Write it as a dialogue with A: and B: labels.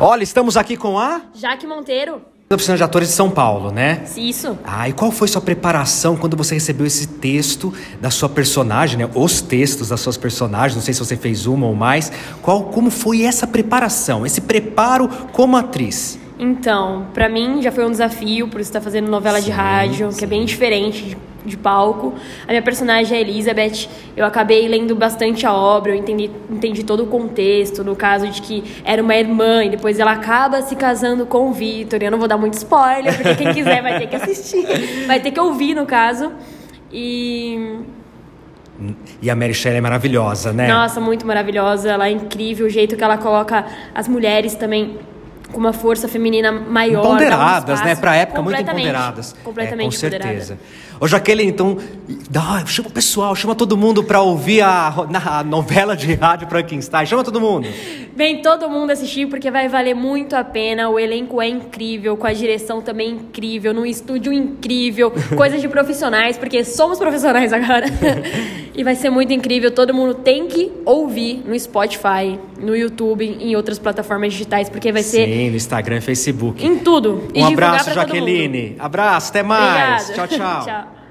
A: Olha, estamos aqui com a.
B: Jaque Monteiro.
A: Da Oficina de Atores de São Paulo, né?
B: Isso.
A: Ah, e qual foi sua preparação quando você recebeu esse texto da sua personagem, né? Os textos das suas personagens, não sei se você fez uma ou mais. Qual, como foi essa preparação, esse preparo como atriz?
B: Então, pra mim já foi um desafio, por estar fazendo novela de
A: Sim,
B: rádio, que é bem diferente de, de palco. A minha personagem é Elizabeth. Eu acabei lendo bastante a obra, eu entendi, entendi todo o contexto, no caso de que era uma irmã e depois ela acaba se casando com o Vitor. Eu não vou dar muito spoiler, porque quem quiser vai ter que assistir, vai ter que ouvir, no caso. E
A: E a Mary Shelley é maravilhosa, né?
B: Nossa, muito maravilhosa. Ela é incrível, o jeito que ela coloca as mulheres também com uma força feminina maior. dá um
A: Empoderadas, né?
B: espaço.
A: Pra época, muito
B: Completamente,
A: empoderadas.
B: Completamente
A: É, com
B: empoderada.
A: certeza. Ô, Jaqueline, então, dá, chama o pessoal, chama todo mundo pra ouvir a, ro- na- a novela de rádio Frankenstein. Chama todo mundo.
B: Vem todo mundo assistir porque vai valer muito a pena. O elenco é incrível, com a direção também incrível, num estúdio incrível, coisas de profissionais, porque somos profissionais agora. e vai ser muito incrível. Todo mundo tem que ouvir no Spotify, no YouTube, em outras plataformas digitais, porque vai ser
A: Sim, no Instagram e Facebook.
B: em tudo. E
A: Um
B: divulgar
A: abraço,
B: pra todo mundo.
A: Jaqueline. Abraço, até mais.
B: Obrigada.
A: Tchau, tchau.
B: tchau.